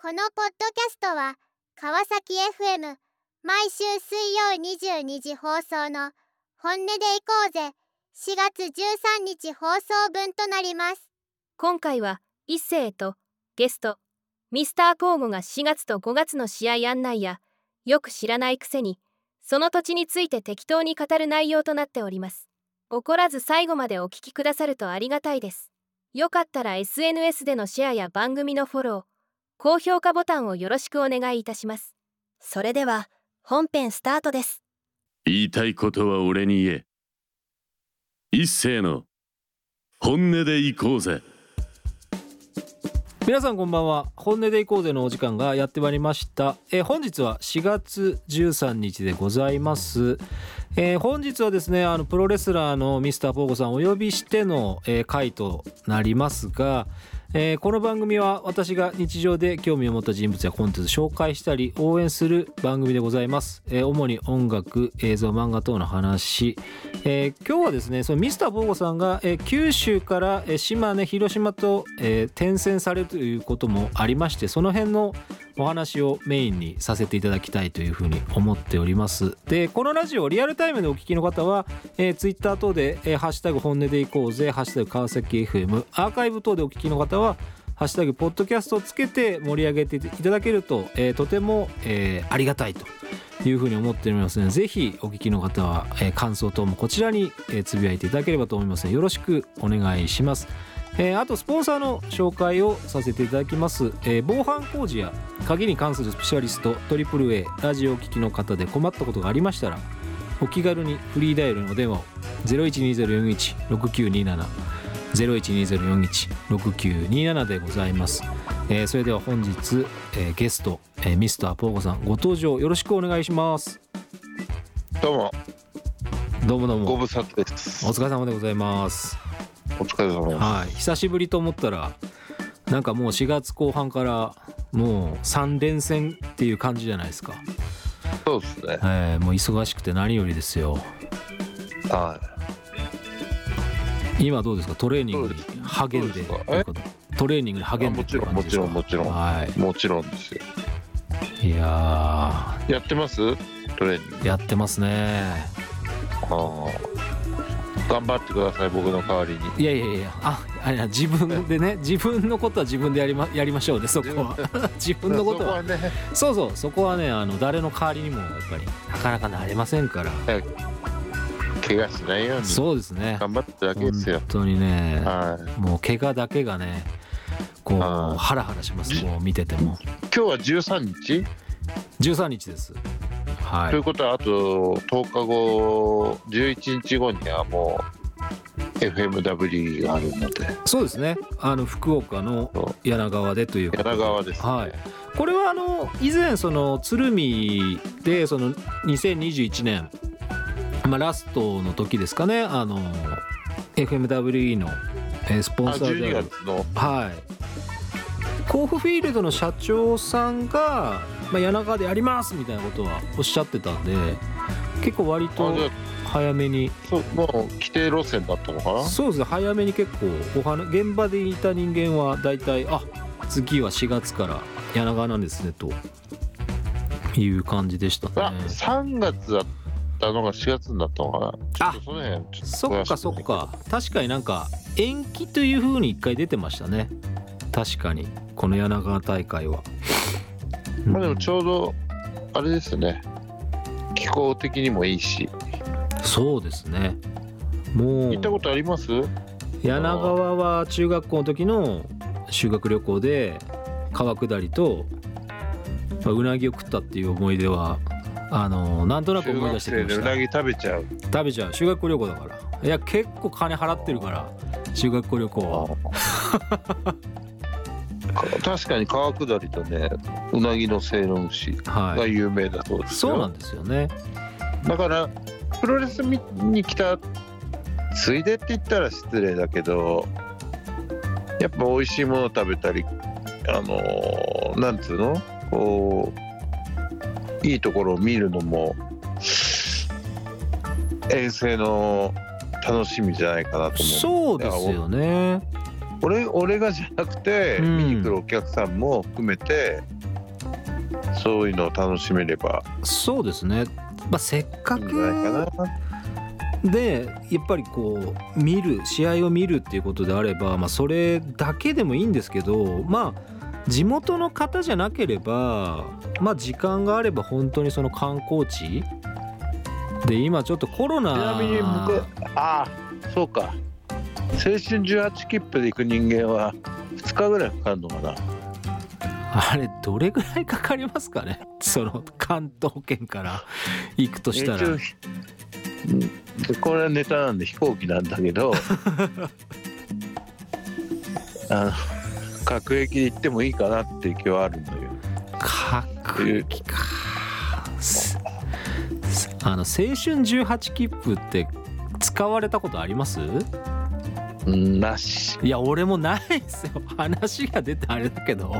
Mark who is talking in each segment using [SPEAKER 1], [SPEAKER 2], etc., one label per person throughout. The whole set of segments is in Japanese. [SPEAKER 1] このポッドキャストは川崎 FM 毎週水曜22時放送の「本音でいこうぜ」4月13日放送分となります
[SPEAKER 2] 今回は一星とゲストミスター交互が4月と5月の試合案内やよく知らないくせにその土地について適当に語る内容となっております怒らず最後までお聞きくださるとありがたいですよかったら SNS でのシェアや番組のフォロー高評価ボタンをよろしくお願いいたしますそれでは本編スタートです
[SPEAKER 3] 言いたいことは俺に言え一斉の本音で行こうぜ
[SPEAKER 4] 皆さんこんばんは本音でいこうぜのお時間がやってまいりました、えー本日は4月13日でございます、えー本日はですねあのプロレスラーのミスターポーゴさんをお呼びしての、えー回となりますが、えーこの番組は私が日常で興味を持った人物やコンテンツを紹介したり応援する番組でございます、えー主に音楽映像漫画等の話えー今日はですねそのミスターボーゴさんが、えー九州から、えー島根広島と、えー転戦されるということもありましてその辺のお話をメインにさせていただきたいというふうに思っておりますでこのラジオをリアルタイムでお聞きの方は、えー、ツイッター等で、えーハッシュタグ本音でいこうぜ」「ハッシュタグ川崎 FM」アーカイブ等でお聞きの方は「ハッシュタグポッドキャスト」をつけて盛り上げていただけると、えーとても、えーありがたいというふうに思っておりますのでぜひお聞きの方は、えー感想等もこちらに、えーつぶやいていただければと思いますのでよろしくお願いします、えーあとスポンサーの紹介をさせていただきます、えー防犯工事や鍵に関するスペシャリスト AAA ラジオをお聞きの方で困ったことがありましたらお気軽にフリーダイヤルの電話を0120416927 0120416927でございます、えーそれでは本日、えーゲスト、えーミスターポーゴさんご登場よろしくお願いします
[SPEAKER 5] どうも、
[SPEAKER 4] どうもどう
[SPEAKER 5] ご
[SPEAKER 4] も
[SPEAKER 5] 無沙汰で
[SPEAKER 4] お
[SPEAKER 5] す。
[SPEAKER 4] 疲れ様でございます
[SPEAKER 5] お疲れ様です。
[SPEAKER 4] はい久しぶりと思ったらなんかもう4月後半からもう3連戦っていう感じじゃないですか、
[SPEAKER 5] そうですね。
[SPEAKER 4] えーもう忙しくて何よりですよ
[SPEAKER 5] は
[SPEAKER 4] 今どうですかトレーニングに
[SPEAKER 5] そうです
[SPEAKER 4] 励んで
[SPEAKER 5] そうですか
[SPEAKER 4] ということトレーニングに励んでっていう感じですか
[SPEAKER 5] あもちろんもちろんもちろん。
[SPEAKER 4] はい
[SPEAKER 5] もちろんですよ。
[SPEAKER 4] いいや
[SPEAKER 5] やってますトレーニング。
[SPEAKER 4] ーやってますね
[SPEAKER 5] ああ頑張ってください、僕の代わりに。
[SPEAKER 4] いやいやいやああれな自分でね自分のことは自分でやりまやりましょうねそこ は自分のことは
[SPEAKER 5] そこはね、
[SPEAKER 4] そうそうそこはねあの誰の代わりにもやっぱりなかなかなれませんから
[SPEAKER 5] 怪我しないように
[SPEAKER 4] そうですね
[SPEAKER 5] 頑張ってるだけですよ
[SPEAKER 4] 本。当にね
[SPEAKER 5] はい。
[SPEAKER 4] もう怪我だけがねこう
[SPEAKER 5] あー
[SPEAKER 4] ハラハラしますこう見てても
[SPEAKER 5] 今日は13日、
[SPEAKER 4] 13日ですは
[SPEAKER 5] という
[SPEAKER 4] い
[SPEAKER 5] ことは、あと10日後、11日後にはもう FMW があるので、
[SPEAKER 4] そうですねあの福岡の柳川でということで
[SPEAKER 5] 柳川ですね。
[SPEAKER 4] はいこれはあの以前その鶴見でその2021年、まあ、ラストの時ですかねあの FMWE のえースポ
[SPEAKER 5] あ
[SPEAKER 4] ンサー
[SPEAKER 5] 12
[SPEAKER 4] である
[SPEAKER 5] 月の、
[SPEAKER 4] はい甲府フィールドの社長さんが、まあ、柳川でやりますみたいなことはおっしゃってたんで結構割
[SPEAKER 5] あ
[SPEAKER 4] と
[SPEAKER 5] じゃ
[SPEAKER 4] 早めに
[SPEAKER 5] あそうもう規定路線だったのかな
[SPEAKER 4] そうですね早めに結構お花現場でいた人間は大体あ次は4月から柳川なんですねという感じでしたね
[SPEAKER 5] あ、3月だったのが4月になったのかなちょっとその辺ちょと
[SPEAKER 4] そっかそっか確かになんか延期というふうに一回出てましたね確かにこの柳川大会は
[SPEAKER 5] まあでもちょうどあれですね気候的にもいいし
[SPEAKER 4] そうですねもう
[SPEAKER 5] 行ったことあります
[SPEAKER 4] 柳川は中学校の時の修学旅行で川下りと、まあうなぎを食ったっていう思い出はあのなんとなく
[SPEAKER 5] 中
[SPEAKER 4] 思い出
[SPEAKER 5] 学
[SPEAKER 4] して
[SPEAKER 5] 生
[SPEAKER 4] きま
[SPEAKER 5] で
[SPEAKER 4] し
[SPEAKER 5] う
[SPEAKER 4] た
[SPEAKER 5] なぎ食べちゃう
[SPEAKER 4] 食べちゃう修学旅行だからいや結構金払ってるから修学校旅行は
[SPEAKER 5] 確かに川下りとねうなぎの正論牛
[SPEAKER 4] は
[SPEAKER 5] が
[SPEAKER 4] い
[SPEAKER 5] 有名だそうですよ
[SPEAKER 4] そうなんですよね
[SPEAKER 5] だからプロレス見に来たついでって言ったら失礼だけどやっぱ美味しいもの食べたりあのーなんつうのこういいところを見るのも遠征の楽しみじゃないかなと思う
[SPEAKER 4] そうですよね
[SPEAKER 5] 俺俺がじゃなくて、
[SPEAKER 4] うん
[SPEAKER 5] 見に来るお客さんも含めてそういうのを楽しめれば
[SPEAKER 4] そうですね、まあ、せっか
[SPEAKER 5] いいんじゃない
[SPEAKER 4] く
[SPEAKER 5] かな。
[SPEAKER 4] でやっぱりこう見る試合を見るっていうことであれば、まあ、それだけでもいいんですけどまあ地元の方じゃなければまあ時間があれば本当にその観光地で今ちょっとコロ
[SPEAKER 5] ちな
[SPEAKER 4] ナ
[SPEAKER 5] みに僕ああそうか青春18切符で行く人間は2日ぐらいかかるのかな
[SPEAKER 4] あれどれぐらいかかりますかね その関東圏から行くとしたら
[SPEAKER 5] 一応うんこれはネタなんで飛行機なんだけ どあの各駅で行ってもいいかなっていう気はあるんだけど
[SPEAKER 4] 各駅かすすあの青春18切符って使われたことあります
[SPEAKER 5] うんなし
[SPEAKER 4] いや俺もないですよ 話が出てあれだけど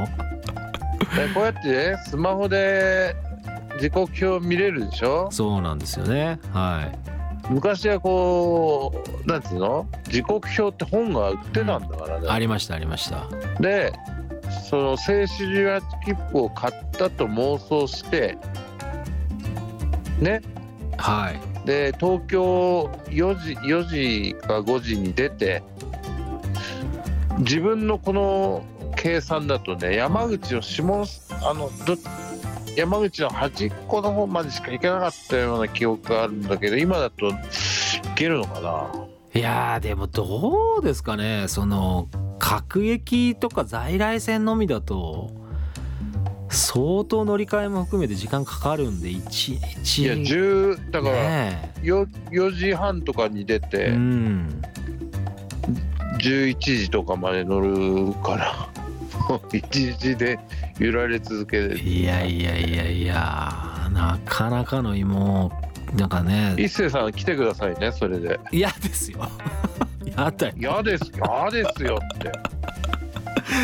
[SPEAKER 5] えこうやってねスマホで時刻表見れるでしょ
[SPEAKER 4] そうなんですよねはい
[SPEAKER 5] 昔はこうなんつうの時刻表って本が売ってたんだからね、
[SPEAKER 4] ありましたありました
[SPEAKER 5] でその青春18切符を買ったと妄想してね
[SPEAKER 4] はい
[SPEAKER 5] で東京4時4時か5時に出て自分のこの計算だとね山口の下あのど山口の端っこの方までしか行けなかったような記憶があるんだけど今だと行けるのかない
[SPEAKER 4] やーでもどうですかねその各駅とか在来線のみだと相当乗り換えも含めて時間かかるんで1日
[SPEAKER 5] いや10だから
[SPEAKER 4] ね
[SPEAKER 5] 4, 4時半とかに出
[SPEAKER 4] えう
[SPEAKER 5] て
[SPEAKER 4] ん
[SPEAKER 5] 11時とかまで乗るから1日で揺られ続ける
[SPEAKER 4] いやいやいやいやなかなかの芋なんかね
[SPEAKER 5] 一星さん来てくださいねそれで。
[SPEAKER 4] 嫌ですよ やだよ
[SPEAKER 5] 嫌です嫌ですよって。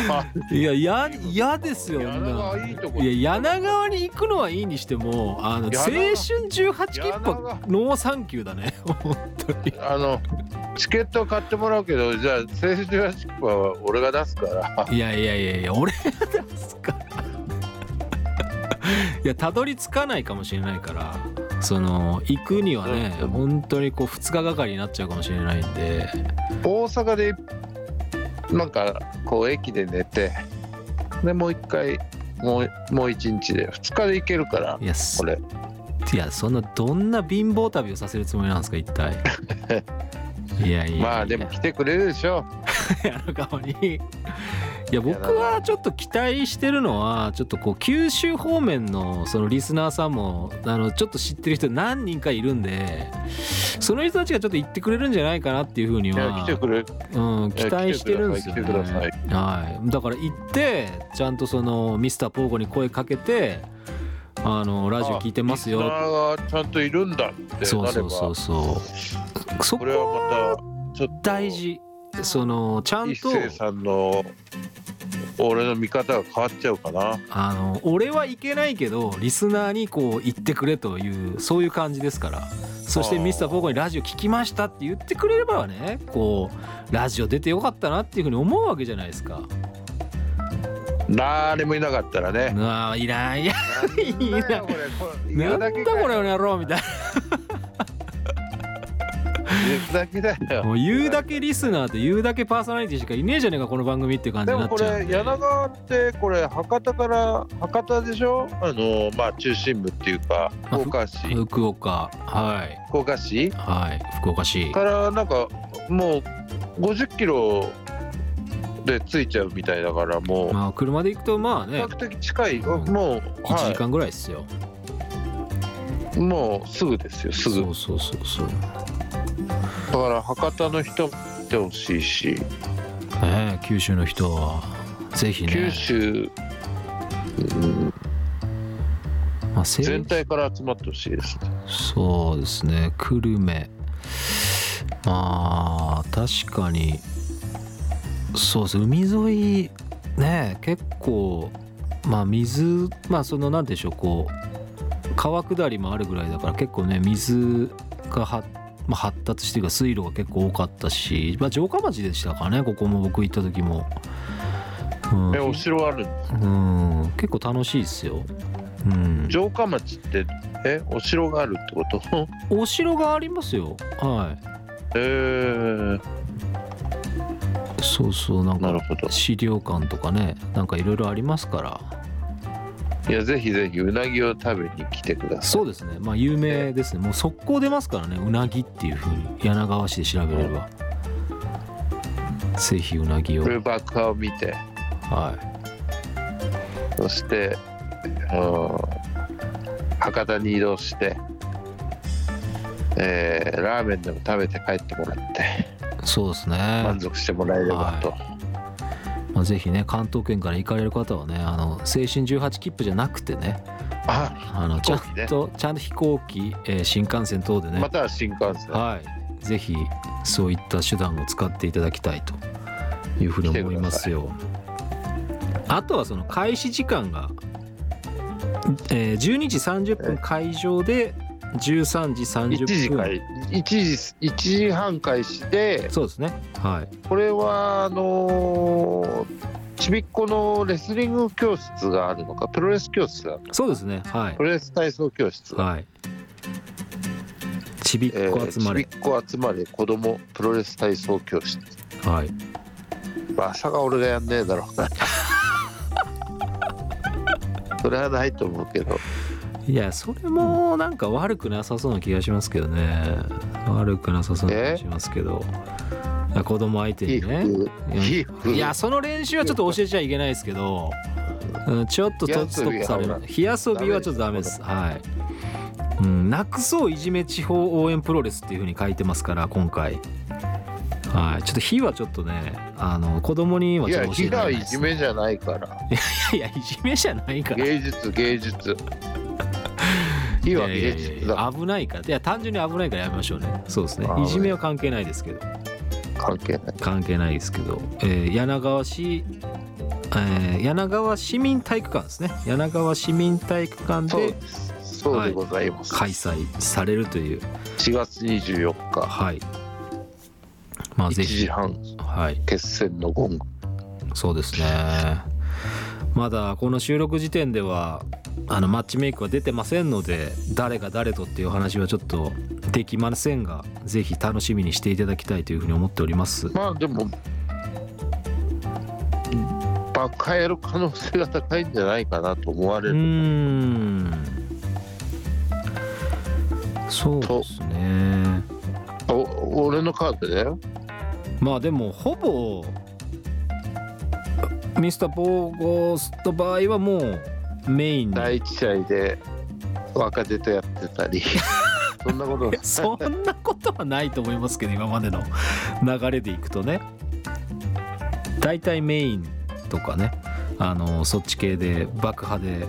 [SPEAKER 5] あ
[SPEAKER 4] いやや嫌ですよ
[SPEAKER 5] 柳
[SPEAKER 4] な
[SPEAKER 5] 川いいとこ。
[SPEAKER 4] いや柳川に行くのはいいにしてもあの青
[SPEAKER 5] 柳
[SPEAKER 4] 春18
[SPEAKER 5] 川
[SPEAKER 4] 切符
[SPEAKER 5] 柳
[SPEAKER 4] はノーサンキューだね本当に
[SPEAKER 5] あのチケット買ってもらうけどじゃあ青春18切符は俺が出すから。
[SPEAKER 4] いやいやいやいや俺が出すから いやたどり着かないかもしれないからその行くにはね
[SPEAKER 5] うん
[SPEAKER 4] 本当にこう2日がかりになっちゃうかもしれないんで
[SPEAKER 5] 大阪でなんかこう駅で寝てでもう一回もうもう一日で二日で行けるから
[SPEAKER 4] いやそ
[SPEAKER 5] これ。
[SPEAKER 4] いやそんなどんな貧乏旅をさせるつもりなんですか一 体いやいやいや
[SPEAKER 5] まあでも来てくれるでしょ。
[SPEAKER 4] 柳川にいや僕はちょっと期待してるのはちょっとこう九州方面のそのリスナーさんもあのちょっと知ってる人何人かいるんでその人たちがちょっと言ってくれるんじゃないかなっていうふうに
[SPEAKER 5] いや
[SPEAKER 4] は
[SPEAKER 5] 来てくれ。
[SPEAKER 4] うん、期待してるんですよね
[SPEAKER 5] 来てください来て
[SPEAKER 4] はい、だから行ってちゃんとそのミスターポーゴに声かけてあのラジオ聞いてます
[SPEAKER 5] リスナ
[SPEAKER 4] よ
[SPEAKER 5] ーがちゃんといるんだってなれば。
[SPEAKER 4] そうそうそうそうそ
[SPEAKER 5] こ
[SPEAKER 4] こ
[SPEAKER 5] れは
[SPEAKER 4] は
[SPEAKER 5] またちょっと
[SPEAKER 4] 大事そのちゃん
[SPEAKER 5] 一
[SPEAKER 4] と
[SPEAKER 5] 星さんの俺の見方が変わっちゃうかな
[SPEAKER 4] あの俺はいけないけどリスナーにこう言ってくれというそういう感じですからそして
[SPEAKER 5] あー
[SPEAKER 4] ミスターポーゴにラジオ聞きましたって言ってくれればねこうラジオ出てよかったなっていうふうに思うわけじゃないですか
[SPEAKER 5] 誰もいなかったらね
[SPEAKER 4] うわいらんいや い
[SPEAKER 5] なんだ
[SPEAKER 4] な
[SPEAKER 5] よこれこれ
[SPEAKER 4] な
[SPEAKER 5] 嫌
[SPEAKER 4] んだ
[SPEAKER 5] だ
[SPEAKER 4] こ
[SPEAKER 5] け
[SPEAKER 4] れ
[SPEAKER 5] かよ
[SPEAKER 4] この野郎みたい
[SPEAKER 5] 嫌だけだ
[SPEAKER 4] な
[SPEAKER 5] よ
[SPEAKER 4] もう言うだけリスナーと言うだけパーソナリティしかいねえじゃねえかこの番組っていう感じ
[SPEAKER 5] で
[SPEAKER 4] にな
[SPEAKER 5] も
[SPEAKER 4] っ
[SPEAKER 5] こ
[SPEAKER 4] ちゃう
[SPEAKER 5] れ
[SPEAKER 4] んで
[SPEAKER 5] 柳川ってこれ博多から博多でしょあのまあ中心部っていうか
[SPEAKER 4] まあ
[SPEAKER 5] 福岡市
[SPEAKER 4] 福岡はい
[SPEAKER 5] 福岡市
[SPEAKER 4] はい福岡市
[SPEAKER 5] からなんかもう50キロで着いちゃうみたいだからもう
[SPEAKER 4] まあ車で行くとまあ
[SPEAKER 5] 比
[SPEAKER 4] ね
[SPEAKER 5] 較的近いもう
[SPEAKER 4] 1時
[SPEAKER 5] は
[SPEAKER 4] 間ぐらいですよ
[SPEAKER 5] いもうすぐですよすぐ
[SPEAKER 4] そうそうそうそう
[SPEAKER 5] だから博多の人も来てほしいし
[SPEAKER 4] ねえ九州の人はぜひね
[SPEAKER 5] 九州うん
[SPEAKER 4] まあ、せい
[SPEAKER 5] 全体から集まってほしいですね。
[SPEAKER 4] そうですね久留米まあ確かにそうです海沿いね結構まあ水まあその何でしょうこう川下りもあるぐらいだから結構ね水がはまあ、発達していうか水路が結構多かったし、まあ、城下町でしたかねここも僕行った時も、うん
[SPEAKER 5] えお城あるんです
[SPEAKER 4] うん、結構楽しいですよ、うん、
[SPEAKER 5] 城下町ってえお城があるってこと
[SPEAKER 4] お城がありますよは
[SPEAKER 5] えー、
[SPEAKER 4] いそうそうなん
[SPEAKER 5] なる
[SPEAKER 4] か
[SPEAKER 5] ほど
[SPEAKER 4] 資料館とかねなんかいろいろありますから
[SPEAKER 5] いやぜひぜひうなぎを食べに来てくださ
[SPEAKER 4] そうですねまあ有名ですねもう速攻出ますからねうなぎっていうふうに柳川市で調べればぜひうなぎ
[SPEAKER 5] い
[SPEAKER 4] を
[SPEAKER 5] これ爆破を見て
[SPEAKER 4] はい
[SPEAKER 5] そして、うん、博多に移動して、えーラーメンでも食べて帰ってもらって
[SPEAKER 4] そうですね、
[SPEAKER 5] 満足してもらえればと、
[SPEAKER 4] まあ、ぜひね関東圏から行かれる方はねあの青春18切符じゃなくてね
[SPEAKER 5] あ
[SPEAKER 4] あのちゃ
[SPEAKER 5] 飛行機ね
[SPEAKER 4] んと、ちゃんと飛行機、えー新幹線等でね、
[SPEAKER 5] または新幹線、
[SPEAKER 4] はい、ぜひそういった手段を使っていただきたいというふうに思いますよ。あとはその開始時間が、えー、12時30分会場で13時
[SPEAKER 5] 1
[SPEAKER 4] 30分
[SPEAKER 5] 時開一時一時半開始で
[SPEAKER 4] そうですねはい
[SPEAKER 5] これはあのーちびっこのレスリング教室があるのかプロレス教室だ
[SPEAKER 4] そうですねはい
[SPEAKER 5] プロレス体操教室が、
[SPEAKER 4] はいちびっ
[SPEAKER 5] え
[SPEAKER 4] こ
[SPEAKER 5] ー
[SPEAKER 4] 集
[SPEAKER 5] ち
[SPEAKER 4] ま
[SPEAKER 5] び
[SPEAKER 4] れ、
[SPEAKER 5] っこ集まれ子供プロレス体操教室
[SPEAKER 4] はい
[SPEAKER 5] 朝が俺がやんねえ だろうなそれはないと思うけど
[SPEAKER 4] いやそれもなんか悪くなさそうな気がしますけどね悪くなさそうな気がしますけどいや子供相手
[SPEAKER 5] 皮
[SPEAKER 4] にね
[SPEAKER 5] 膚皮膚
[SPEAKER 4] いやその練習はちょっと教えちゃいけないですけど、うん、ちょっととストップされる火遊びはちょっとダメですはい、うん、なくそういじめ地方応援プロレスっていうふうに書いてますから今回はいちょっと火はちょっとねあの子供にはいちょっ
[SPEAKER 5] や
[SPEAKER 4] と教え
[SPEAKER 5] 火
[SPEAKER 4] られ
[SPEAKER 5] が
[SPEAKER 4] ない
[SPEAKER 5] い
[SPEAKER 4] です
[SPEAKER 5] じめじゃないから
[SPEAKER 4] いやいじめじゃないから
[SPEAKER 5] 芸術芸 術火はい
[SPEAKER 4] やいやいやい
[SPEAKER 5] 芸術
[SPEAKER 4] や
[SPEAKER 5] だから
[SPEAKER 4] 危ないからいや単純に危ないからやめましょうねそうですね
[SPEAKER 5] あー
[SPEAKER 4] いじめは関係ないですけど
[SPEAKER 5] 関係ない
[SPEAKER 4] 関係ないですけど、えー柳川市、えー柳川市民体育館ですね柳川市民体育館
[SPEAKER 5] そう
[SPEAKER 4] で
[SPEAKER 5] ですそうでございます、
[SPEAKER 4] 開催されるという
[SPEAKER 5] 4月24日
[SPEAKER 4] はいまあ
[SPEAKER 5] 1
[SPEAKER 4] ぜひ
[SPEAKER 5] 時半
[SPEAKER 4] はい
[SPEAKER 5] 決戦のゴング
[SPEAKER 4] そうですねまだこの収録時点ではあのマッチメイクは出てませんので誰が誰とっていう話はちょっとできませんがぜひ楽しみにしていただきたいというふうに思っております
[SPEAKER 5] まあでも爆破やる可能性が高いんじゃないかなと思われ
[SPEAKER 4] うー
[SPEAKER 5] る、
[SPEAKER 4] んそうですね
[SPEAKER 5] お俺のカードだよ
[SPEAKER 4] まあでもほぼミスターポーゴスの場合はもうメイン
[SPEAKER 5] 第
[SPEAKER 4] に
[SPEAKER 5] 一試合で若手とやって たりそんなこと
[SPEAKER 4] そんなことはないと思いますけど今までの流れでいくとね大体メインとかねあのそっち系で爆破で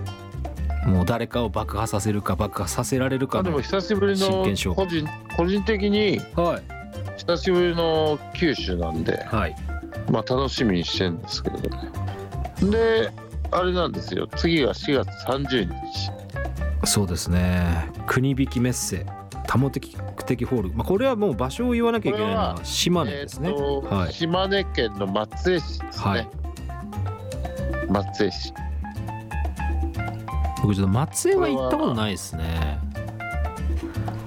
[SPEAKER 4] もう誰かを爆破させるか爆破させられる
[SPEAKER 5] ま
[SPEAKER 4] か
[SPEAKER 5] あで
[SPEAKER 4] の
[SPEAKER 5] も久しぶり
[SPEAKER 4] 真
[SPEAKER 5] の
[SPEAKER 4] 剣勝負
[SPEAKER 5] 個人個人的に
[SPEAKER 4] はい
[SPEAKER 5] 久しぶりの九州なんで、
[SPEAKER 4] はい
[SPEAKER 5] まあ、楽しみにしてるんですけどねであれなんですよ次が4月30日
[SPEAKER 4] そうですね国引きメッセ多目的ホール、まあ、これはもう場所を言わなきゃいけないの
[SPEAKER 5] これ
[SPEAKER 4] は
[SPEAKER 5] は
[SPEAKER 4] 島根ですね、
[SPEAKER 5] えーと
[SPEAKER 4] はい
[SPEAKER 5] 島根県の松江市ですね、
[SPEAKER 4] はい
[SPEAKER 5] 松江市
[SPEAKER 4] 僕ちょっと松江は行ったことないですね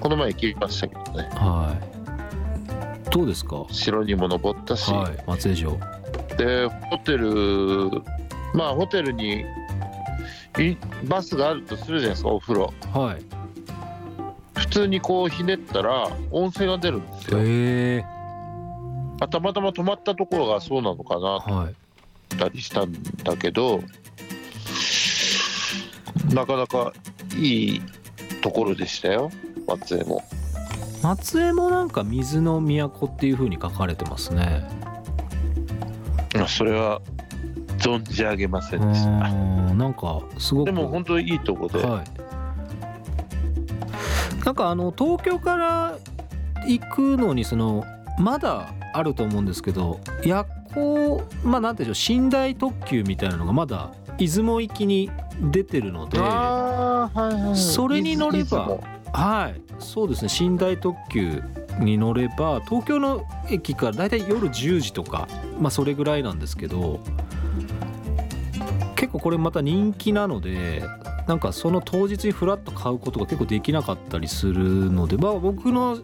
[SPEAKER 5] この前行きましたけどね
[SPEAKER 4] はいどうですかは
[SPEAKER 5] 城にも登ったし、
[SPEAKER 4] い松江城
[SPEAKER 5] でホテルまあホテルにいバスがあるとするじゃないですかお風呂
[SPEAKER 4] はい
[SPEAKER 5] 普通にこうひねったら温泉が出るんですよ、
[SPEAKER 4] へえ
[SPEAKER 5] あたまたま泊まったところがそうなのかなと
[SPEAKER 4] はい
[SPEAKER 5] 思ったりしたんだけどなかなかいいところでしたよ松江も
[SPEAKER 4] 松江もなんか水の都っていう風に書かれてますね
[SPEAKER 5] あそれは存じ上げま
[SPEAKER 4] う
[SPEAKER 5] せんでした
[SPEAKER 4] ーんなんかすごく
[SPEAKER 5] でも本当にいいとこで、
[SPEAKER 4] はい、なんかあの東京から行くのにそのまだあると思うんですけど夜行まあなんていうんでしょう寝台特急みたいなのがまだ出雲行きに出てるのでは
[SPEAKER 5] あーはいはい
[SPEAKER 4] それに乗れば
[SPEAKER 5] いつも
[SPEAKER 4] いそうですね寝台特急に乗れば東京の駅からだいたい夜10時とか、まあ、それぐらいなんですけど結構これまた人気なのでなんかその当日にフラッと買うことが結構できなかったりするので、まあ、僕の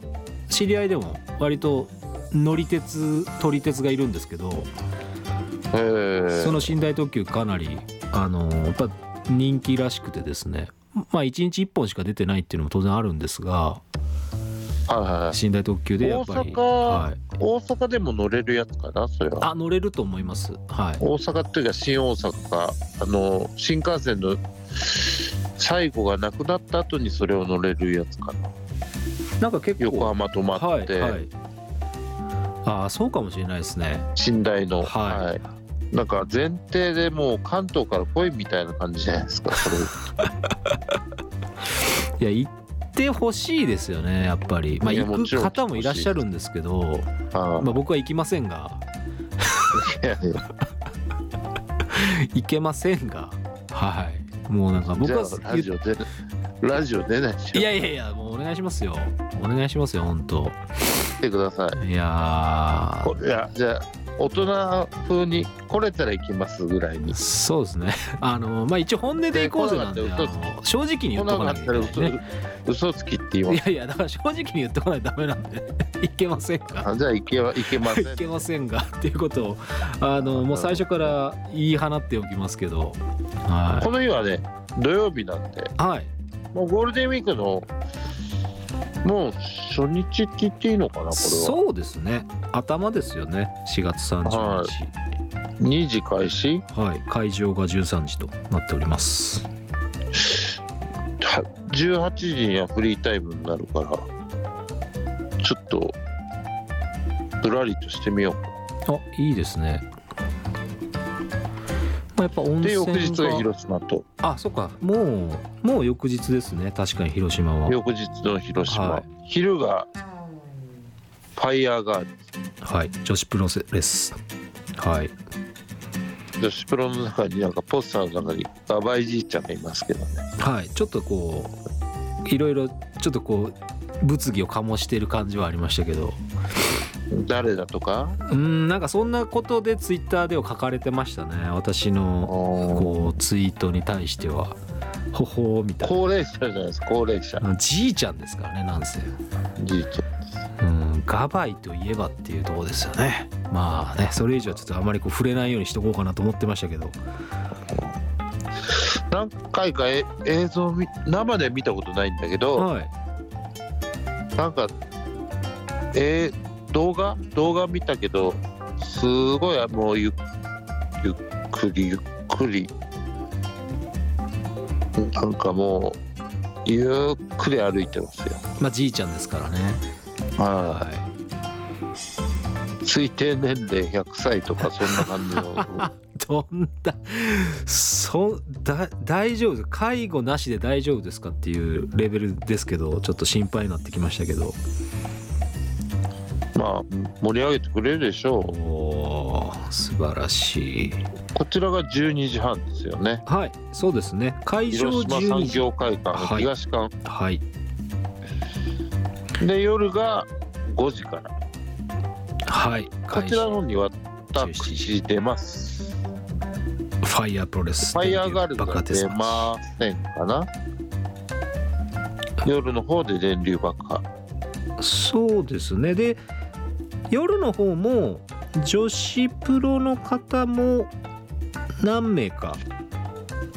[SPEAKER 4] 知り合いでも割と乗り鉄撮り鉄がいるんですけど
[SPEAKER 5] へえ
[SPEAKER 4] その寝台特急かなりあのやっぱ人気らしくてですねまあ1日1本しか出てないっていうのも当然あるんですが
[SPEAKER 5] はいはいはい
[SPEAKER 4] 寝台特急でやっぱり
[SPEAKER 5] 大阪
[SPEAKER 4] はい、
[SPEAKER 5] 大阪でも乗れるやつかなそれは
[SPEAKER 4] あ乗れると思いますはい
[SPEAKER 5] 大阪っていうか新大阪かあの新幹線の最後がなくなった後にそれを乗れるやつかな
[SPEAKER 4] なんか結構
[SPEAKER 5] 横浜止まって、
[SPEAKER 4] はいはいああそうかもしれないですね
[SPEAKER 5] 寝台
[SPEAKER 4] は
[SPEAKER 5] の、
[SPEAKER 4] い、
[SPEAKER 5] はいなんか前提でもう関東から来いみたいな感じじゃないで すかそれ
[SPEAKER 4] い、や行ってほしいですよねやっぱりまあ
[SPEAKER 5] いや
[SPEAKER 4] 行
[SPEAKER 5] もち
[SPEAKER 4] く
[SPEAKER 5] ろん
[SPEAKER 4] 方もいらっしゃるんですけど
[SPEAKER 5] あ
[SPEAKER 4] まあ僕は行きませんが
[SPEAKER 5] いやいや
[SPEAKER 4] 行けませんがはいもうなんか僕は
[SPEAKER 5] じゃあラジオ出ないラジオ出ないでしょ
[SPEAKER 4] いやいやいやもうお願いしますよお願いしますよ本当
[SPEAKER 5] 来てください
[SPEAKER 4] いや
[SPEAKER 5] こいやじゃあ大人風に来れたら行きますぐらいに
[SPEAKER 4] ーそうですねあのまあ一応本音で行こうぜなんで
[SPEAKER 5] で
[SPEAKER 4] あ
[SPEAKER 5] 来なかったら
[SPEAKER 4] の正直に言
[SPEAKER 5] 来
[SPEAKER 4] っ
[SPEAKER 5] な
[SPEAKER 4] とかな
[SPEAKER 5] かっ
[SPEAKER 4] きゃい
[SPEAKER 5] たら
[SPEAKER 4] け
[SPEAKER 5] 嘘,、
[SPEAKER 4] ないね
[SPEAKER 5] 嘘つきって言わ
[SPEAKER 4] い
[SPEAKER 5] ない
[SPEAKER 4] やいやだから正直に言っとかないとダメなんでいけませんか
[SPEAKER 5] あじゃあ行け行けません
[SPEAKER 4] いけませんがっていうことをあのもう最初から言い放っておきますけどは
[SPEAKER 5] この日はね土曜日なんで
[SPEAKER 4] い、はい、
[SPEAKER 5] もうゴールデンウィークのもう初日って言っていいのかなこれは
[SPEAKER 4] そうですね頭ですよね4月30日
[SPEAKER 5] 2時開始
[SPEAKER 4] はい、会場が13時となっております
[SPEAKER 5] は18時にはフリータイムになるからちょっとぶらりとしてみよう
[SPEAKER 4] あいいですね。まあ、やっぱ温
[SPEAKER 5] で
[SPEAKER 4] 泉
[SPEAKER 5] 翌
[SPEAKER 4] が
[SPEAKER 5] 日が広島と
[SPEAKER 4] あそっかもうもう翌日ですね確かに広島は
[SPEAKER 5] 翌日の広島、
[SPEAKER 4] はい
[SPEAKER 5] 昼がファイヤーガール
[SPEAKER 4] はい女子プロレスはい
[SPEAKER 5] 女子プロの中になんかポスターの中にババイじいちゃんがいますけどね
[SPEAKER 4] はいちょっとこういろいろちょっとこう物議を醸してる感じはありましたけど
[SPEAKER 5] 誰だとか
[SPEAKER 4] うーんなんかそんなことでツイッターでは書かれてましたね私の
[SPEAKER 5] 高
[SPEAKER 4] こうツイートに対しては「ほほー」みたい
[SPEAKER 5] 齢者じゃないですか高齢者
[SPEAKER 4] なじいちゃんですからねなんせ
[SPEAKER 5] じいちゃん
[SPEAKER 4] うん、ガバイといえばっていうところですよね。まあね、それ以上はちょっとあまりこう触れないようにしとこうかなと思ってましたけど。
[SPEAKER 5] 何回かえ映像見生で見たことないんだけど
[SPEAKER 4] はい。
[SPEAKER 5] なんかえー動画動画見たけどすごいもうゆっゆっくりゆっくりなんかもうゆっくり歩いてますよ
[SPEAKER 4] まあじいちゃんですからね。
[SPEAKER 5] は
[SPEAKER 4] はい
[SPEAKER 5] 推定年齢100歳とかそんな感じ の
[SPEAKER 4] い。どんな、そだ大丈夫です介護なしで大丈夫ですかっていうレベルですけど、ちょっと心配になってきましたけど。
[SPEAKER 5] まあ盛り上げてくれるでしょう
[SPEAKER 4] おー素晴らしい。
[SPEAKER 5] こちらが12時半ですよね
[SPEAKER 4] はい、そうですね。会場
[SPEAKER 5] 広島
[SPEAKER 4] 12
[SPEAKER 5] 産
[SPEAKER 4] 時。
[SPEAKER 5] 業会
[SPEAKER 4] は
[SPEAKER 5] 館
[SPEAKER 4] い
[SPEAKER 5] 東館、
[SPEAKER 4] はい。
[SPEAKER 5] で夜が5時から
[SPEAKER 4] はい。
[SPEAKER 5] こ
[SPEAKER 4] 会
[SPEAKER 5] ちら
[SPEAKER 4] 場
[SPEAKER 5] の方に私出ます
[SPEAKER 4] ファイヤープロレス。
[SPEAKER 5] ファイヤーガールズが出
[SPEAKER 4] す。
[SPEAKER 5] ませんかな夜の方で電流爆破
[SPEAKER 4] そうですねで夜の方も女子プロの方も何名か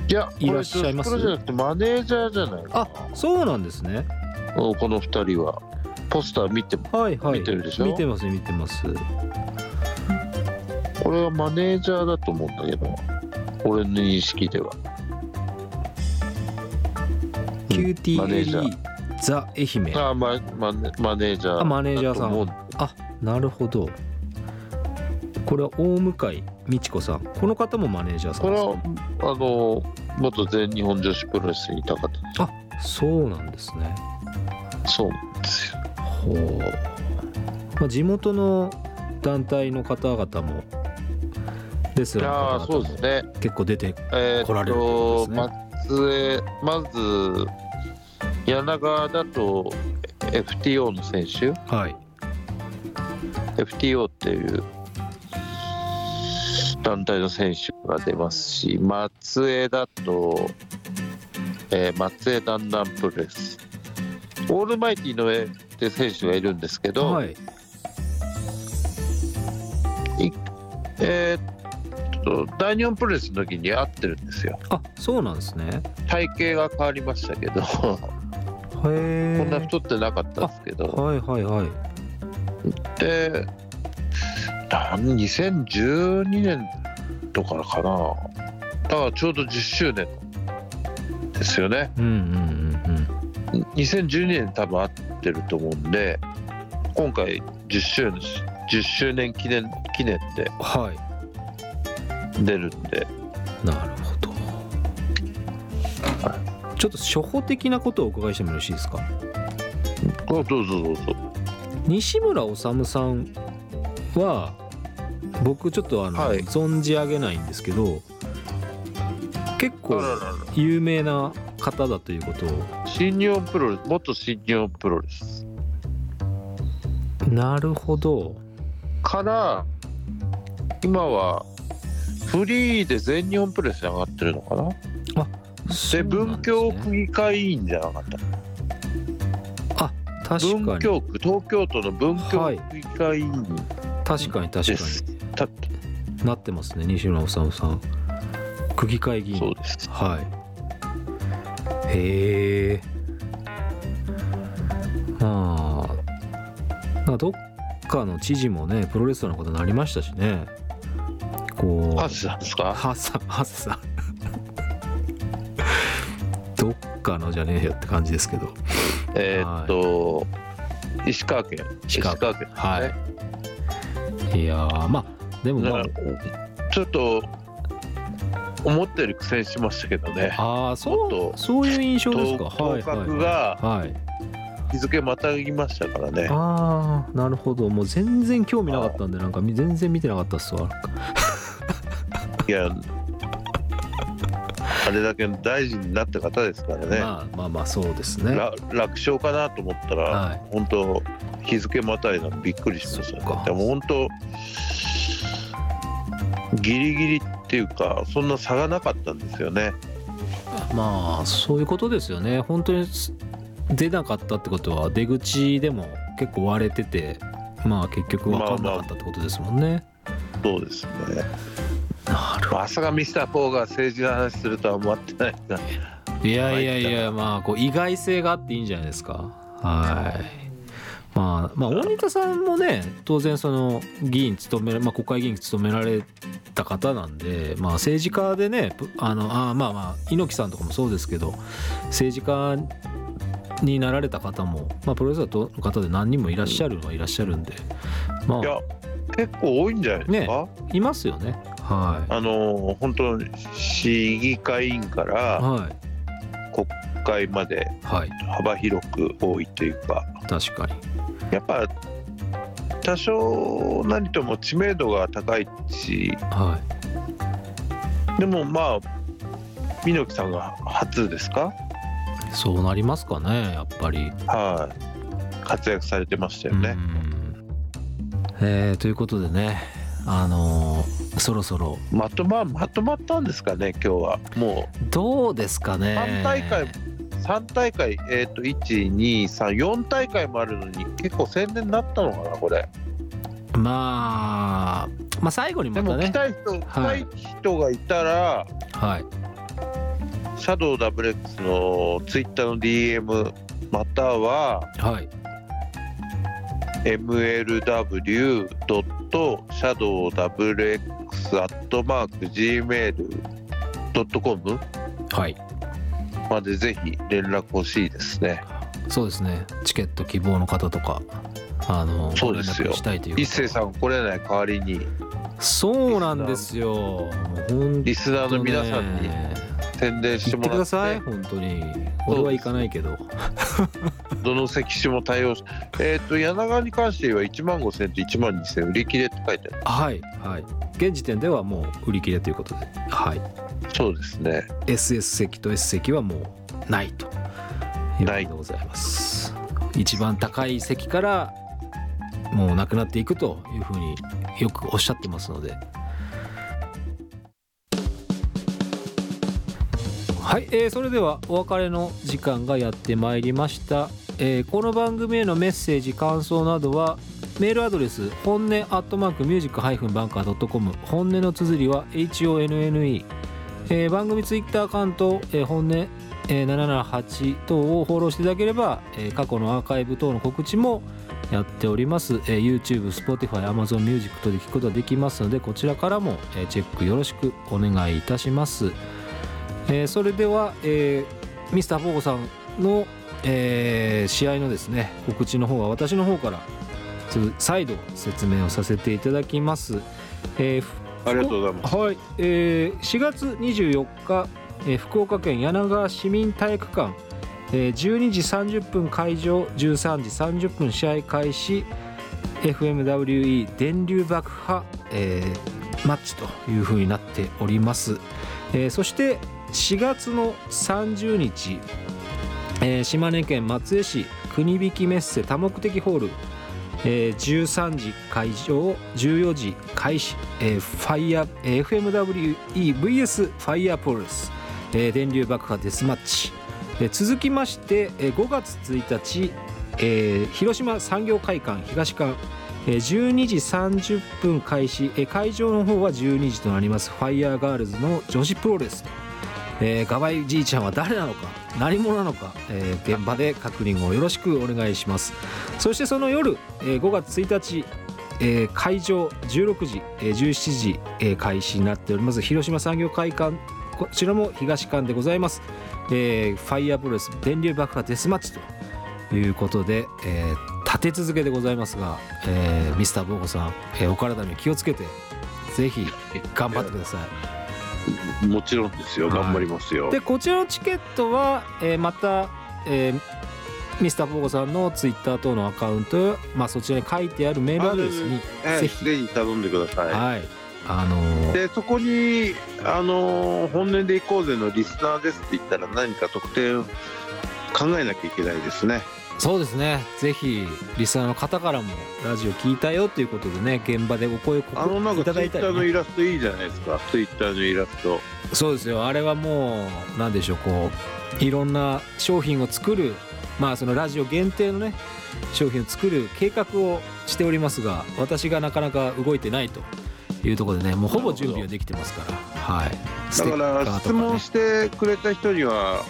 [SPEAKER 5] いや
[SPEAKER 4] いらっしゃいます
[SPEAKER 5] これ女子プロじゃなくてマネージャーじゃないか
[SPEAKER 4] あそうなんですね
[SPEAKER 5] なうんこの2人はポスター見ても
[SPEAKER 4] はいはい
[SPEAKER 5] 見てるでしょ
[SPEAKER 4] 見てます見てます
[SPEAKER 5] これはマネージャーだと思うんだけど俺の認識では
[SPEAKER 4] キューティ
[SPEAKER 5] マ
[SPEAKER 4] ー
[SPEAKER 5] ネ
[SPEAKER 4] エ
[SPEAKER 5] ー
[SPEAKER 4] リ
[SPEAKER 5] ジャー
[SPEAKER 4] ーザ愛媛
[SPEAKER 5] あママネマネージャー
[SPEAKER 4] あマネージャーさん
[SPEAKER 5] だと思う
[SPEAKER 4] あなるほどこれは大向井美智子さんこの方もマネージャーさ
[SPEAKER 5] こ
[SPEAKER 4] ん
[SPEAKER 5] れ
[SPEAKER 4] で
[SPEAKER 5] はあの元全日本女子プロレスにいた方
[SPEAKER 4] すかそうなんですね
[SPEAKER 5] そうなんですよ
[SPEAKER 4] ほう、まあ、地元の団体の方々もレス
[SPEAKER 5] い
[SPEAKER 4] ラ
[SPEAKER 5] や
[SPEAKER 4] ー
[SPEAKER 5] ー
[SPEAKER 4] の
[SPEAKER 5] そ
[SPEAKER 4] 方
[SPEAKER 5] う
[SPEAKER 4] 々
[SPEAKER 5] で
[SPEAKER 4] も
[SPEAKER 5] すね
[SPEAKER 4] 結構出て
[SPEAKER 5] えーっ
[SPEAKER 4] 来られると
[SPEAKER 5] と
[SPEAKER 4] いうこ
[SPEAKER 5] 松江まず柳川だとえ FTO の選手
[SPEAKER 4] はい
[SPEAKER 5] FTO っていう団体の選手が出ますし松江だと、えー松江ダンダンプロレスオールマイティの上って選手がいるんですけど、
[SPEAKER 4] はい
[SPEAKER 5] えーっと大日本プロレスの時に会ってるんですよ
[SPEAKER 4] あそうなんですね
[SPEAKER 5] 体型が変わりましたけどこ
[SPEAKER 4] へえ
[SPEAKER 5] んな太ってなかったんですけど
[SPEAKER 4] はいはいはい
[SPEAKER 5] でだ2012年とかかなだからちょうど10周年ですよね
[SPEAKER 4] うんうんうんうん
[SPEAKER 5] 2012年多分会ってると思うんで今回10周年10周年記念記念で
[SPEAKER 4] はい
[SPEAKER 5] 出るんで
[SPEAKER 4] なるほどちょっと初歩的なことをお伺いしてもよろしいですか
[SPEAKER 5] あどうぞどうぞ
[SPEAKER 4] 西村治さんは僕ちょっとあの、
[SPEAKER 5] はい
[SPEAKER 4] 存じ上げないんですけど結
[SPEAKER 5] あ
[SPEAKER 4] 構
[SPEAKER 5] ららら
[SPEAKER 4] 有名な方だということを
[SPEAKER 5] 新日本プロレス元新日本プロレス
[SPEAKER 4] なるほど
[SPEAKER 5] から今はフリーで全日本プロレスに上がってるのかな
[SPEAKER 4] そう
[SPEAKER 5] で
[SPEAKER 4] なんですね
[SPEAKER 5] 文京区議会委員じゃなかった
[SPEAKER 4] 確か
[SPEAKER 5] 文
[SPEAKER 4] に
[SPEAKER 5] 京区東京都の文京区議会委員
[SPEAKER 4] 確かに確
[SPEAKER 5] で
[SPEAKER 4] か
[SPEAKER 5] す、た
[SPEAKER 4] になってますね西村治さん区議会議員
[SPEAKER 5] そうです
[SPEAKER 4] はい。へえ。まあ、なんかどっかの知事もね、プロレスラーのことになりましたしね。こう。
[SPEAKER 5] あそうなんですか
[SPEAKER 4] ハッサン、ハッサン。 どっかのじゃねえよって感じですけど。
[SPEAKER 5] えーっと、石川県
[SPEAKER 4] 石川県
[SPEAKER 5] 県
[SPEAKER 4] は。
[SPEAKER 5] はい
[SPEAKER 4] いやー、まあ、でも、
[SPEAKER 5] だ
[SPEAKER 4] ま
[SPEAKER 5] か
[SPEAKER 4] あ
[SPEAKER 5] ら、ちょっと思ったより苦戦しましたけどね
[SPEAKER 4] ああ、そ
[SPEAKER 5] もっ
[SPEAKER 4] う、
[SPEAKER 5] と
[SPEAKER 4] そういう印象ですか。
[SPEAKER 5] 頭
[SPEAKER 4] はい、
[SPEAKER 5] 頭角
[SPEAKER 4] はい。
[SPEAKER 5] が
[SPEAKER 4] はい。
[SPEAKER 5] 日付またぎましたからね
[SPEAKER 4] ああなるほどもう全然興味なかったんでなんかみ全然見てなかったっすわ
[SPEAKER 5] いやあれだけ大臣になった方ですからね、
[SPEAKER 4] まあまあまあそうですね
[SPEAKER 5] ら楽勝かなと思ったら、
[SPEAKER 4] はい
[SPEAKER 5] 本当日付またいだのびっくりしました
[SPEAKER 4] そっか
[SPEAKER 5] ねでも本当ギリギリっていうかそんな差がなかったんですよね
[SPEAKER 4] まあそういうことですよね本当にす出なかったってことは出口でも結構割れててまあ結局分かんなかったってことですもんね、
[SPEAKER 5] そうですね
[SPEAKER 4] なるほ
[SPEAKER 5] まさかミスター4が政治の話するとは思ってないな
[SPEAKER 4] どいやいやいやまあこう意外性があっていいんじゃないですかはいまあまあ大仁田さんもね当然その議員務め、まあ、国会議員務められった方なんで、まあ、政治家でねぷあのあーまあまあ猪木さんとかもそうですけど政治家になられた方も、まあ、プロレスラーの方で何人もいらっしゃるのはいらっしゃるんで、ま
[SPEAKER 5] い
[SPEAKER 4] あ
[SPEAKER 5] や結構多いんじゃないですか、
[SPEAKER 4] いますよねは
[SPEAKER 5] あの本当に市議会員か
[SPEAKER 4] い
[SPEAKER 5] ら
[SPEAKER 4] は
[SPEAKER 5] 国会まで
[SPEAKER 4] いはい
[SPEAKER 5] 幅広く多いというか
[SPEAKER 4] 確かに
[SPEAKER 5] やっぱ多少なりとも知名度が高いし
[SPEAKER 4] は
[SPEAKER 5] でもまあ猪木さんが初ですか
[SPEAKER 4] いそうなりますかねやっぱり
[SPEAKER 5] はい活躍されてましたよね、
[SPEAKER 4] うんえーということでねあのーそろそろ
[SPEAKER 5] まとままとまったんですかね今日はも
[SPEAKER 4] どうですか
[SPEAKER 5] う
[SPEAKER 4] ね
[SPEAKER 5] 3大会、三大会えっ、と1234大会もあるのに結構宣伝になったのかなこれ
[SPEAKER 4] まあまあ最後に
[SPEAKER 5] で
[SPEAKER 4] また
[SPEAKER 5] も来
[SPEAKER 4] ね
[SPEAKER 5] たい人、
[SPEAKER 4] はい
[SPEAKER 5] 来たい人がいたら
[SPEAKER 4] はい
[SPEAKER 5] シャドウ WX のツイッターの DM または
[SPEAKER 4] はい
[SPEAKER 5] mlw.shadowwx.gmail.com
[SPEAKER 4] はい
[SPEAKER 5] までぜひ連絡欲しいですね。
[SPEAKER 4] そうですねチケット希望の方とかあの
[SPEAKER 5] そうですよ
[SPEAKER 4] ご連絡したいという
[SPEAKER 5] 一斉さん来れない代わりに
[SPEAKER 4] そうなんですよもう本
[SPEAKER 5] リスナー
[SPEAKER 4] 当
[SPEAKER 5] の
[SPEAKER 4] ね
[SPEAKER 5] 皆さんに宣伝し
[SPEAKER 4] 言
[SPEAKER 5] て
[SPEAKER 4] って
[SPEAKER 5] も
[SPEAKER 4] く
[SPEAKER 5] ら
[SPEAKER 4] だ
[SPEAKER 5] って
[SPEAKER 4] さい本当に俺は行かないけど
[SPEAKER 5] どの席種も対応しえっ、と柳川に関しては1万5000と1万2000売り切れって書いてあ
[SPEAKER 4] は
[SPEAKER 5] る
[SPEAKER 4] いはい現時点ではもう売り切れということではい
[SPEAKER 5] そうですね
[SPEAKER 4] SS 席と S 席はもうないということ
[SPEAKER 5] な
[SPEAKER 4] で
[SPEAKER 5] い
[SPEAKER 4] ございます一番高い席からもうなくなっていくというふうによくおっしゃってますので。はい、えーそれではお別れの時間がやってまいりました、えーこの番組へのメッセージ感想などはメールアドレス本音アットマークミュージックハイフンバンカー .com 本音の綴りは HONNE、えー番組ツイッターアカウント、えー本音えー778等をフォローしていただければ、えー過去のアーカイブ等の告知もやっております、えー YouTube、Spotify、Amazon Music とで聞くことができますのでこちらからも、えーチェックよろしくお願いいたします、えーそれでは、えー、ミスターフォーゴさんの、えー試合のですね告知の方は私の方からちょっと再度説明をさせていただきます、えー
[SPEAKER 5] ありがとうございます
[SPEAKER 4] はい、えー4月24日、えー福岡県柳川市民体育館、えー12時30分会場13時30分試合開始 FMWE 電流爆破、えーマッチというふうになっております、えーそして4月の30日、えー島根県松江市国引メッセ多目的ホールえー13時開場14時開始、えーファイアえー FMWEVS ファイアポルス、えー電流爆破デスマッチ、えー続きまして、えー5月1日、えー広島産業会館東館えー12時30分開始えー会場の方は12時となりますファイヤーガールズの女子プロレスえー、ガバイじいちゃんは誰なのか何者なのか、えー現場で確認をよろしくお願いしますそしてその夜、えー5月1日、えー会場16時、えー17時、えー開始になっております広島産業会館こちらも東館でございます、えーファイアープロレス電流爆破デスマッチということで、えー立て続けでございますが、えーミスターボーゴさん、えーお体に気をつけてぜひ頑張ってください
[SPEAKER 5] もちろんですよ
[SPEAKER 4] はい
[SPEAKER 5] 頑張りますよ
[SPEAKER 4] でこちらのチケットは、えーまた、えーミスターポーゴさんのツイッター等のアカウント、まあ、そちらに書いてあるメールアドレスに
[SPEAKER 5] ええ
[SPEAKER 4] ぜひ、
[SPEAKER 5] ぜひ頼んでください
[SPEAKER 4] はいあのー
[SPEAKER 5] でそこに「あのー本音で行こうぜ」のリスナーですって言ったら何か特典考えなきゃいけないですね
[SPEAKER 4] そうですねぜひリスナーの方からもラジオ聞いたよということでね現場でお声を
[SPEAKER 5] あのなん
[SPEAKER 4] い
[SPEAKER 5] か
[SPEAKER 4] た
[SPEAKER 5] ツ
[SPEAKER 4] だ
[SPEAKER 5] イ
[SPEAKER 4] い
[SPEAKER 5] ッタ
[SPEAKER 4] た
[SPEAKER 5] ー
[SPEAKER 4] り、
[SPEAKER 5] の
[SPEAKER 4] ね、
[SPEAKER 5] イラストいいじゃないですかツイッターのイラスト
[SPEAKER 4] そうですよあれはもう何でしょうこういろんな商品を作るまあそのラジオ限定のね商品を作る計画をしておりますが私がなかなか動いてないというところでねもうほぼ準備はできてますからはい
[SPEAKER 5] だから質問
[SPEAKER 4] ス
[SPEAKER 5] してくれた人には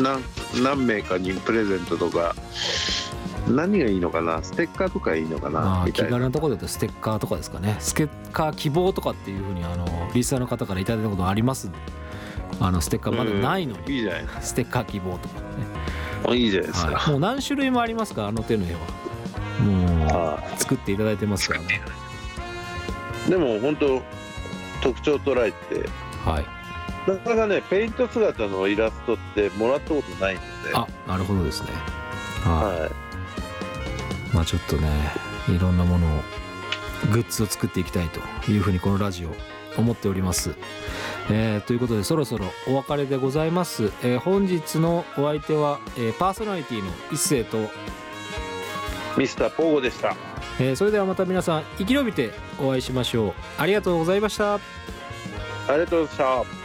[SPEAKER 5] 何何名かにプレゼントとか何がいいのかなステッカーとかいいのか
[SPEAKER 4] テッカーとかねま
[SPEAKER 5] な
[SPEAKER 4] あ
[SPEAKER 5] み
[SPEAKER 4] 気
[SPEAKER 5] たい
[SPEAKER 4] 軽
[SPEAKER 5] な
[SPEAKER 4] なところだとステッカーとかですかねステッカー希望とかっていうふうにあのリスナーの方からいただいたことありますんであのステッカーまだないの
[SPEAKER 5] い
[SPEAKER 4] に
[SPEAKER 5] いじゃないです
[SPEAKER 4] ステッカー希望とかね
[SPEAKER 5] かいいじゃないですか、
[SPEAKER 4] はい、もう何種類もありますからあの手の絵はも
[SPEAKER 5] あ
[SPEAKER 4] う作っていただいてますからね
[SPEAKER 5] あでも本当特徴捉えて
[SPEAKER 4] はい
[SPEAKER 5] なかなかねペイント姿のイラストってもらったことないので
[SPEAKER 4] あなるほどですねは、
[SPEAKER 5] はい
[SPEAKER 4] まあちょっとねいろんなものをグッズを作っていきたいというふうにこのラジオ思っております、えーということでそろそろお別れでございます、えー本日のお相手は、えーパーソナリティの一世と、
[SPEAKER 5] いミスターポーゴでした
[SPEAKER 4] えーそれではまた皆さん生き延びてお会いしましょうありがとうございました
[SPEAKER 5] ありがとうございました